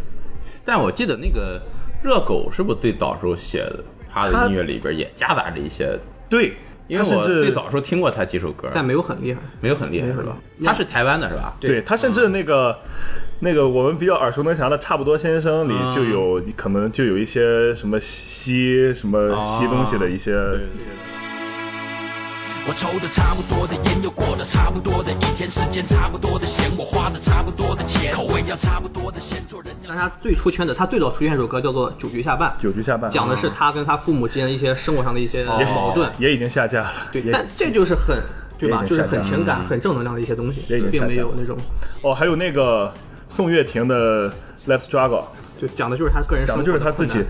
Speaker 2: 但我记得那个热狗是不是最早时候写的？他的音乐里边也夹杂着一些，
Speaker 4: 对，
Speaker 2: 因
Speaker 4: 他
Speaker 2: 为
Speaker 4: 甚
Speaker 2: 我
Speaker 4: 至
Speaker 2: 最早时候听过他几首歌，
Speaker 3: 但没有很厉害，
Speaker 2: 没有很厉害是吧？他是台湾的是吧？对
Speaker 4: 对他甚
Speaker 3: 嗯
Speaker 4: 至那个、那个我们比较耳熟能详的《差不多先
Speaker 2: 嗯
Speaker 4: 生》里就有、可能就有一些什么吸什么
Speaker 3: 哦
Speaker 4: 吸东西的一些，
Speaker 9: 我抽的差不多的烟，又过了差不多的一天，时间差不多的闲，我花的差不多的钱，口味要差不多的先做人要
Speaker 3: 但他最出圈的，他最早出现一首歌叫做《酒局下半》，
Speaker 4: 酒局下半
Speaker 3: 讲的是他跟他父母之间的一些生活上的一些
Speaker 2: 哦
Speaker 3: 矛盾。
Speaker 4: 也已经下架了。
Speaker 3: 对，
Speaker 4: 也
Speaker 3: 但这就是很对吧？
Speaker 4: 也
Speaker 3: 就
Speaker 4: 已经下
Speaker 3: 是
Speaker 4: 架
Speaker 3: 很情感、很正能量的一些东西
Speaker 4: 也已，经
Speaker 3: 并
Speaker 4: 下
Speaker 3: 没
Speaker 4: 架
Speaker 3: 有
Speaker 4: 了
Speaker 3: 那种
Speaker 4: 哦，还有那个宋岳庭的《Life Struggle》，
Speaker 3: 就讲的就是他个人生
Speaker 4: 讲
Speaker 3: 活
Speaker 4: 的就是
Speaker 3: 的
Speaker 4: 他自
Speaker 3: 困
Speaker 4: 己
Speaker 3: 难。，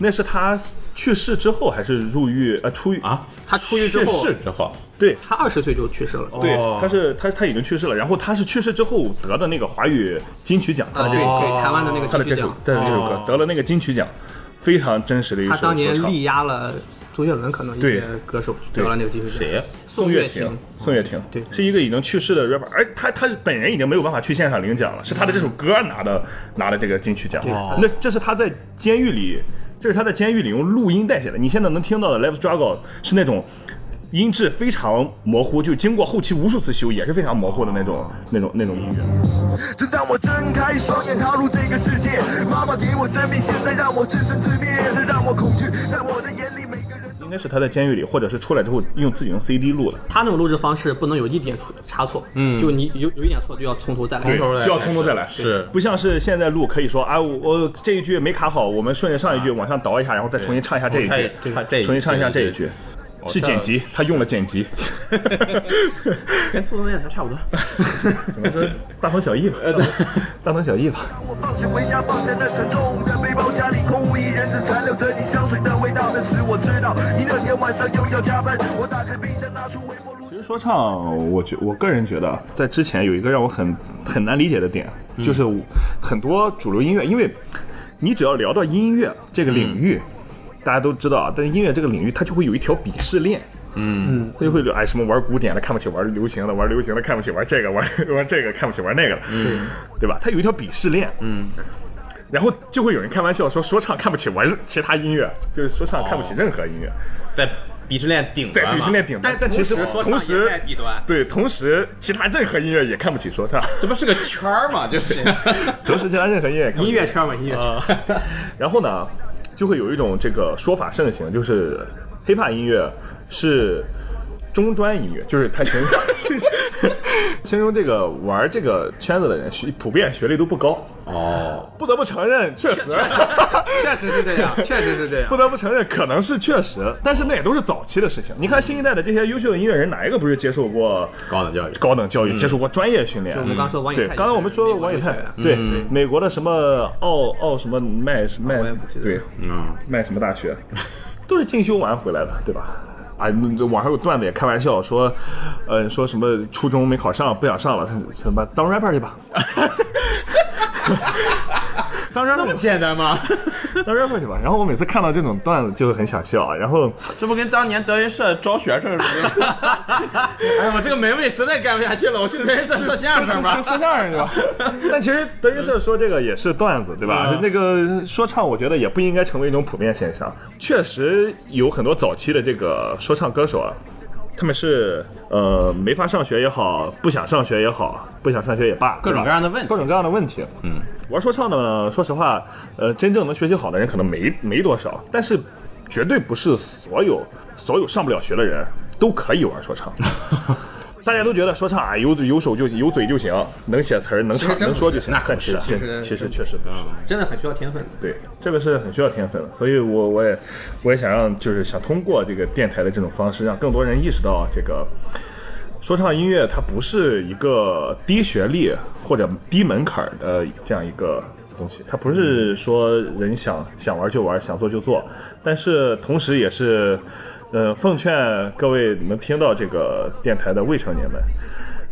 Speaker 4: 那是他去世之后还是入狱呃出狱
Speaker 2: 啊，
Speaker 3: 他出狱之后
Speaker 2: 去，世之后，
Speaker 4: 对。
Speaker 3: 他二十岁就去世了。
Speaker 4: 对
Speaker 2: 哦，
Speaker 4: 他是他他已经去世了，然后他是去世之后得的那个华语金曲奖，他
Speaker 3: 啊，
Speaker 4: 的这
Speaker 3: 对
Speaker 4: 首歌，
Speaker 3: 对，台湾的那个
Speaker 4: 哦他的
Speaker 3: 金曲
Speaker 4: 这首
Speaker 3: 奖，
Speaker 4: 他的这首歌
Speaker 2: 哦
Speaker 4: 得了那个金曲奖，非常真实的一首
Speaker 3: 他当年
Speaker 4: 说唱
Speaker 3: 力压了周杰伦，可能一
Speaker 4: 对
Speaker 3: 些歌手得
Speaker 4: 对
Speaker 3: 了那个金曲奖。
Speaker 2: 谁呀？
Speaker 3: 宋
Speaker 4: 岳
Speaker 3: 庭
Speaker 4: 庭，，宋岳庭，
Speaker 3: 对
Speaker 4: 是一个已经去世的 rapper，而他他本人已经没有办法去现场领奖了，是他的这首歌拿的拿的这个金曲奖，那这是他在监狱里，这是他在监狱里用录音带写的，你现在能听到的《Life Struggle》是那种。音质非常模糊，就经过后期无数次修也是非常模糊的那种那种那种音乐。
Speaker 10: 正当我睁开双眼踏入这个世界，妈妈给我生命，现在让我自生自灭，这让我恐惧。在我的眼里，每个人都
Speaker 4: 应该是他在监狱里，或者是出来之后用自己用 CD 录的，
Speaker 3: 他那种录制方式不能有一点出差错，嗯，就你有有一点错就要从头再来，
Speaker 2: 从头来
Speaker 4: 就要从头再来，
Speaker 2: 是
Speaker 4: 不像是现在录可以说啊，我我这一句没卡好，我们顺着上一句往上倒一下，然后再重新唱一下这一句，
Speaker 2: 啊重唱这一
Speaker 4: 重新唱一下这一句，
Speaker 2: 哦
Speaker 4: 是剪辑，他用了 剪辑，
Speaker 2: 跟兔子那台差不多。
Speaker 4: 怎么说大同小异吧，
Speaker 2: 呃
Speaker 4: 大同小异吧。
Speaker 10: 我放学回家，放下那沉重的背包，家里空无一人，只残留着你香水的味道。那时我知道，你那天晚上又要加班。我打开冰箱，拿出微波炉。
Speaker 4: 其实说唱，我觉我个人觉得，啊在之前有一个让我很很难理解的点，就是我很多主流音乐，因为你只要聊到音乐这个领域，大家都知道，啊但是音乐这个领域它就会有一条鄙视链。嗯，会会有哎什么玩古典的看不起，玩流行的玩流行的看不起，玩这个玩 玩这个看不起，玩那个的，嗯，对吧？它有一条鄙视链，嗯，然后就会有人开玩笑说说唱看不起玩其他音乐，就是说唱看不起任何音乐，
Speaker 2: 在鄙视链顶
Speaker 4: 对
Speaker 2: 端嘛，
Speaker 4: 鄙视链顶端
Speaker 2: 但
Speaker 4: 但其实
Speaker 2: 同时说唱
Speaker 4: 同时
Speaker 2: 也在地端，
Speaker 4: 对，同时其他任何音乐也看不起说唱，
Speaker 2: 这不是个圈儿 嘛，就是。
Speaker 4: 同时其他任何音乐也看不
Speaker 3: 音
Speaker 4: 起。
Speaker 3: 乐圈嘛，音乐圈，
Speaker 4: 然后呢，就会有一种这个说法盛行，就是黑怕音乐是中专音乐，就是它形容 形容这个玩这个圈子的人学普遍学历都不高。
Speaker 2: 哦，
Speaker 4: 不得不承认，确实，
Speaker 3: 确实是这样，确实是这样
Speaker 4: 不。得不承认，可能是确实，但是那也都是早期的事情。你看新一代的这些优秀的音乐人，哪一个不是接受过
Speaker 2: 高等教育
Speaker 4: 高等教育，接受过专业训练？嗯
Speaker 3: 就我们刚说王以
Speaker 4: 对，
Speaker 3: 太，
Speaker 4: 刚才我们说
Speaker 3: 的
Speaker 4: 过王以太，对，
Speaker 3: 对，
Speaker 4: 美国的什么奥奥什么麦什麦
Speaker 3: 我也不记，得
Speaker 4: 对，
Speaker 2: 嗯，
Speaker 4: 麦什么大学， 都是进修完回来的，对吧？啊，这网上有段子也开玩笑说，呃，说什么初中没考上，不想上了，什么当 rapper 去 吧， 当 rapper 去吧
Speaker 2: 简单吗？
Speaker 4: 当 rapper 去吧。然后我每次看到这种段子就很想笑，啊然后
Speaker 2: 这不跟当年德云社招学生似的吗？ 哎，我这个门卫实在干不下去了，我去德云社说相声吧。
Speaker 4: 说相 声去吧。但其实德云社说这个也是段子，对
Speaker 2: 嗯
Speaker 4: 吧？那个说唱，我觉得也不应该成为一种普遍现象。确实有很多早期的这个说唱歌手啊。他们是呃没法上学也好，不想上学也好，不想上学也罢，
Speaker 2: 各种
Speaker 4: 对吧
Speaker 2: 各样的问题
Speaker 4: 各种各样的问题。嗯，玩说唱的呢，说实话，呃，真正能学习好的人可能没没多少，但是绝对不是所有所有上不了学的人都可以玩说唱。大家都觉得说唱啊，有嘴有手就有嘴就行，能写词儿能
Speaker 3: 其
Speaker 4: 唱
Speaker 3: 实真
Speaker 4: 能
Speaker 3: 不
Speaker 4: 说就是行。
Speaker 2: 那可不
Speaker 4: 是
Speaker 2: 是
Speaker 4: 啊，
Speaker 3: 其
Speaker 4: 真
Speaker 3: 实
Speaker 4: 其实
Speaker 3: 真
Speaker 4: 确实不是。
Speaker 3: 真的很需要天分的。
Speaker 4: 对，这个是很需要天分的，所以我我也我也想让，就是想通过这个电台的这种方式，让更多人意识到这个说唱音乐它不是一个低学历或者低门槛的这样一个东西，它不是说人想想玩就玩，想做就做，但是同时也是，呃，奉劝各位能听到这个电台的未成年们。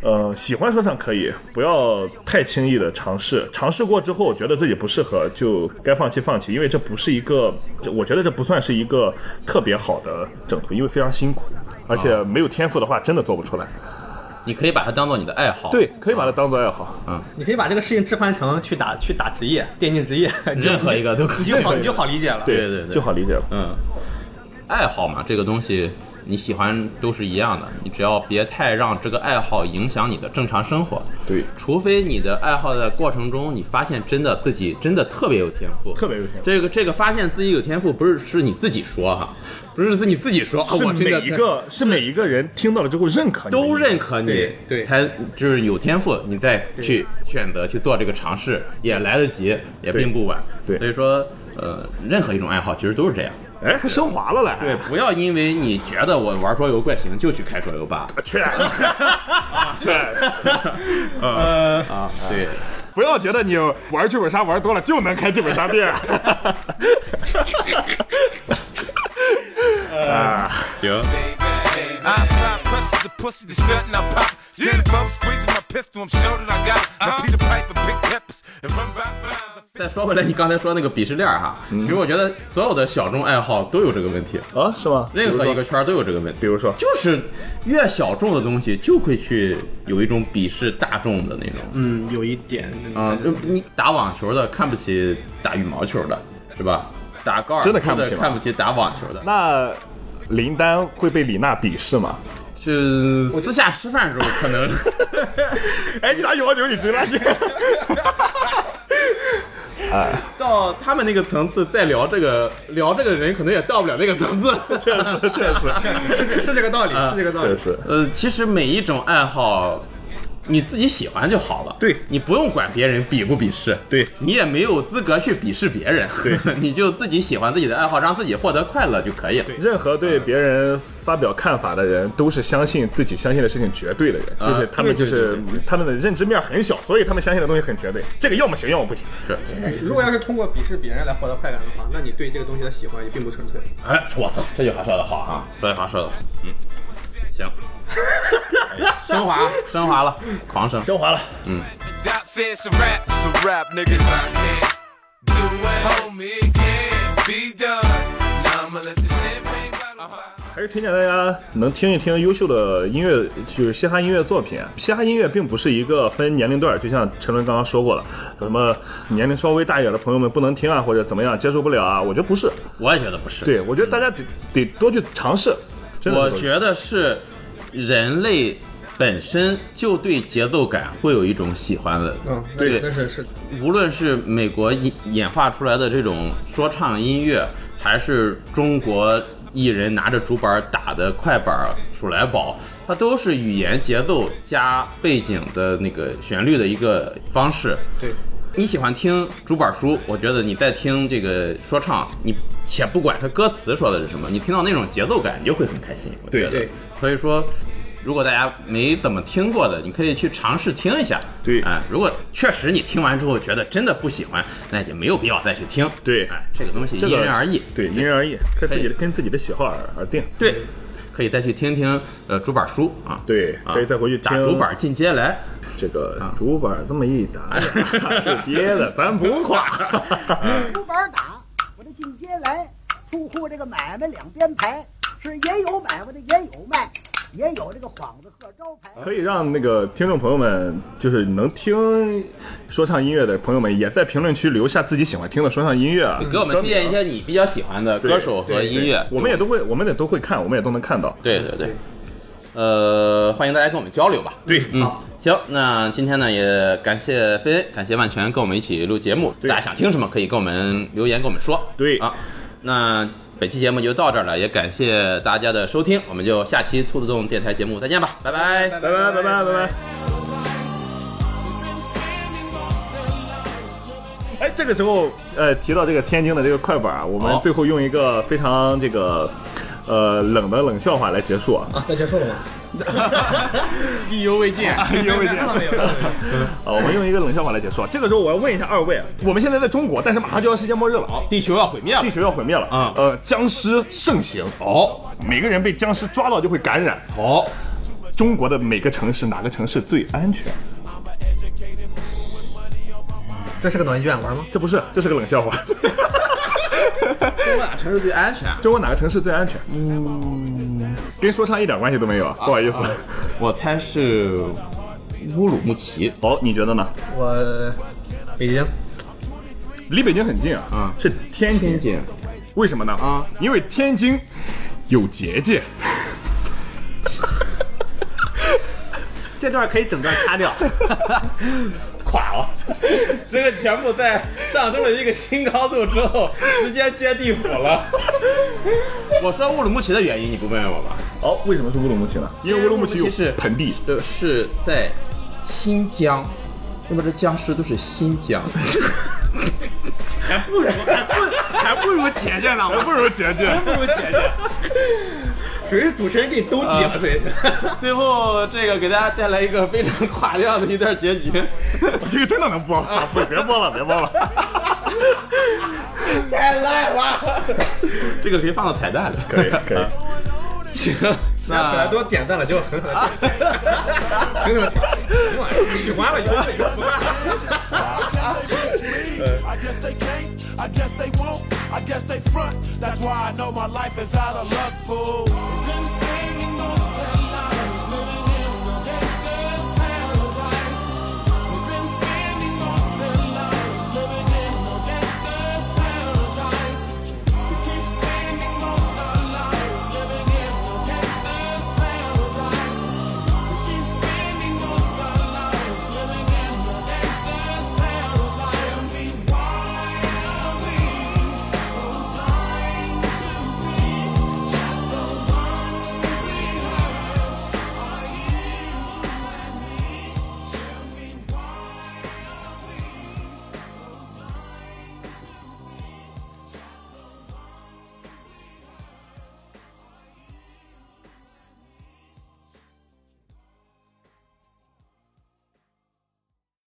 Speaker 4: 呃，喜欢说唱可以，不要太轻易的尝试。尝试过之后，觉得自己不适合，就该放弃放弃，因为这不是一个，这我觉得这不算是一个特别好的整途，因为非常辛苦，而且没有天赋的话，真的做不出来。
Speaker 2: 你可以把它当做你的爱好，
Speaker 4: 对，，可以把它当做爱好。
Speaker 3: 你可以把这个事情置换成去打去打职业，电竞职业，
Speaker 2: 任何一个都可
Speaker 3: 你
Speaker 2: 以
Speaker 3: 就。好你就好理解了。
Speaker 2: 对对对
Speaker 4: 就好理解了。
Speaker 2: 嗯，爱好嘛，这个东西你喜欢都是一样的，你只要别太让这个爱好影响你的正常生活。
Speaker 4: 对
Speaker 2: 除非你的爱好的过程中，你发现真的自己真的特别有天赋，
Speaker 4: 特别有天赋
Speaker 2: 这个这个发现自己有天赋，不是是你自己说哈，不是自己自己说，啊、
Speaker 4: 是
Speaker 2: 我真的
Speaker 4: 每一个是每一个人听到了之后认可你的
Speaker 2: 都
Speaker 4: 音乐
Speaker 2: 认可你，
Speaker 3: 对对
Speaker 2: 才就是有天赋，你再去选择去做这个尝试，也来得及，也
Speaker 4: 对
Speaker 2: 并不晚。
Speaker 4: 对
Speaker 2: 所以说，呃，任何一种爱好其实都是这样。
Speaker 4: 哎，还升华了嘞。
Speaker 2: 对，不要因为你觉得我玩桌游怪行，就去开桌游吧。
Speaker 4: 确实， 确实，呃，
Speaker 2: 啊，对，
Speaker 4: 不要觉得你玩剧本杀玩多了就能开剧本杀店。
Speaker 2: 行，
Speaker 10: I fly precious, the pussy, the stud, and I pop. Stand above, squeezing my pistol, I'm sure that I got it. I Peter Piper, pick peppers, and run right round the
Speaker 2: 再说回来，你刚才说那个鄙视链儿哈，
Speaker 4: 嗯
Speaker 2: 其实我觉得所有的小众爱好都有这个问题，
Speaker 4: 啊，是吗？
Speaker 2: 任何一个圈儿都有这个问题。
Speaker 4: 比如说
Speaker 2: 就是越小众的东西，就会去有一种鄙视大众的那种。
Speaker 3: 嗯，有一点
Speaker 2: 啊、
Speaker 4: 嗯
Speaker 2: 就你打网球的看不起打羽毛球的，是吧？打高尔夫
Speaker 4: 真的看不起吗
Speaker 2: 看不起打网球的。
Speaker 4: 那林丹会被李娜鄙视吗？
Speaker 2: 是私下吃饭时候可能。
Speaker 4: 哎，你拿羽毛球你直了你。
Speaker 2: 到他们那个层次再聊这个聊这个人，可能也到不了那个层次。
Speaker 4: 确实， 确 实，啊
Speaker 3: 是这是这个道理，是这个道理
Speaker 4: 确。实。
Speaker 2: 呃，其实每一种爱好，你自己喜欢就好了。
Speaker 4: 对
Speaker 2: 你不用管别人鄙不鄙视，
Speaker 4: 对
Speaker 2: 你也没有资格去鄙视别人。
Speaker 4: 对，
Speaker 2: 你就自己喜欢自己的爱好，让自己获得快乐就可以了。
Speaker 4: 任何对别人发表看法的人，都是相信自己相信的事情绝对的人，
Speaker 2: 啊
Speaker 4: 就是他们就
Speaker 2: 对对
Speaker 4: 是
Speaker 2: 对
Speaker 4: 他们的认知面很小，所以他们相信的东西很绝对。这个要么行，要么不行。
Speaker 2: 是，
Speaker 3: 如果要是通过鄙视别人来获得快感的话，那你对这个东西的喜欢也并不纯粹。
Speaker 2: 哎，我操，这句话说的好啊，这句话说的好，嗯，行，升华 升华了，狂升。
Speaker 11: 升华了。
Speaker 12: Doc says it's a rap, it's a rap, nigga. If I can't do it, homie, it can't be done. Now I'ma let the champagne bottle pop.
Speaker 4: 还是推荐大家能听一听优秀的音乐，就是嘻哈音乐作品。啊嘻哈音乐并不是一个分年龄段，就像陈伦刚刚说过了，有什么年龄稍微大一点的朋友们不能听啊，或者怎么样接受不了啊，我觉得不是。
Speaker 2: 我也觉得不是，
Speaker 4: 对，我觉得大家得、得多去尝试。真的
Speaker 2: 嗯我
Speaker 4: 多去
Speaker 2: 觉得是人类本身就对节奏感会有一种喜欢的，
Speaker 3: 嗯，那
Speaker 2: 对
Speaker 3: 那是是
Speaker 2: 无论是美国演演化出来的这种说唱音乐，还是中国艺人拿着竹板打的快板数来宝，它都是语言节奏加背景的那个旋律的一个方式。
Speaker 3: 对。
Speaker 2: 你喜欢听竹板书，我觉得你在听这个说唱，你且不管它歌词说的是什么，你听到那种节奏感，你就会很开心。我觉得
Speaker 3: 对对，
Speaker 2: 所以说，如果大家没怎么听过的，你可以去尝试听一下。
Speaker 4: 对
Speaker 2: 哎，如果确实你听完之后觉得真的不喜欢，那就没有必要再去听。
Speaker 4: 对
Speaker 2: 哎，这个东西
Speaker 4: 这
Speaker 2: 因
Speaker 4: 个
Speaker 2: 人而异。
Speaker 4: 对，因人而异，看自己
Speaker 2: 可
Speaker 4: 的跟自己的喜好而而定。
Speaker 2: 对，可以再去听听呃竹板书啊。
Speaker 4: 对，
Speaker 2: 啊
Speaker 4: 可以再回去
Speaker 2: 打
Speaker 4: 听
Speaker 2: 竹板进街来。
Speaker 4: 这个竹板这么一打，是憋的，咱不夸。
Speaker 13: 竹板打，我这进街来，铺货这个买卖两边排，是也有买卖的，也有卖，也有这个幌子和招牌。
Speaker 4: 可以让那个听众朋友们，就是能听说唱音乐的朋友们，也在评论区留下自己喜欢听的说唱音乐啊，
Speaker 2: 给我们推荐一些你比较喜欢的
Speaker 4: 对
Speaker 2: 歌手和
Speaker 4: 对
Speaker 2: 音乐
Speaker 4: 对，我们也都会，我们也都会看，我们也都能看到。
Speaker 2: 对对对，呃，欢迎大家跟我们交流吧。
Speaker 4: 对，
Speaker 2: 嗯，行，那今天呢也感谢飞飞，感谢万全跟我们一起录节目，大家想听什么可以跟我们留言跟我们说。
Speaker 4: 对
Speaker 2: 啊，那本期节目就到这儿了，也感谢大家的收听，我们就下期兔子洞电台节目再见吧，拜拜，拜
Speaker 4: 拜拜拜拜拜拜。哎，这个时候，呃，提到这个天津的这个快板啊，我们
Speaker 2: 好
Speaker 4: 最后用一个非常这个，呃，冷的冷笑话来结束啊。
Speaker 3: 那结束了吗？
Speaker 2: 意犹未尽
Speaker 4: 意犹未尽。啊，我们用一个冷笑话来结束啊。这个时候我要问一下二位，我们现在在中国，但是马上就要世界末日了，啊
Speaker 2: 地球要毁灭了，
Speaker 4: 地球要毁灭了啊。呃，僵尸盛行
Speaker 2: 哦，
Speaker 4: 每个人被僵尸抓到就会感染
Speaker 2: 哦。
Speaker 4: 中国的每个城市，哪个城市最安全？
Speaker 3: 这是个脑筋急转弯吗？
Speaker 4: 这不是，这是个冷笑 话。
Speaker 2: 中国哪城市最安
Speaker 3: 啊
Speaker 2: 全？
Speaker 4: 中国哪个城市最安全？嗯，跟说唱一点关系都没有啊，不好意思。
Speaker 2: 我猜是乌鲁木齐。
Speaker 4: 哦，你觉得呢？
Speaker 3: 我北京
Speaker 4: 离北京很近啊，啊，是天津。为什么呢？啊，因为天津有结界。
Speaker 3: 这段可以整段掐掉。
Speaker 2: 垮了，这个全部在上升了一个新高度之 后，直接接地府了。我说乌鲁木齐的原因，你不问我吧？
Speaker 4: 哦，为什么是乌鲁木齐呢？因为乌鲁木齐有
Speaker 2: 是
Speaker 4: 盆地，
Speaker 2: 呃，是在新疆，那么这僵尸都是新疆，
Speaker 4: 还不如还不还不如姐姐呢，还不如姐姐，
Speaker 3: 不如姐姐，属于主持人给你兜底了，所以
Speaker 2: 最后这个给大家带来一个非常垮掉的一段结局。
Speaker 4: 这个真的能播吗？不，别播了，别播了。
Speaker 2: 太烂了，这个可以放到彩蛋里。
Speaker 4: 可以可以，
Speaker 2: 行，
Speaker 3: 那本来
Speaker 2: 那
Speaker 3: 都点赞了，结果狠狠的，狠狠的，取关了，以后自己就不看了。
Speaker 12: I guess they can't, I guess they won't, I guess they front. That's why I know my life is out of luck, fool.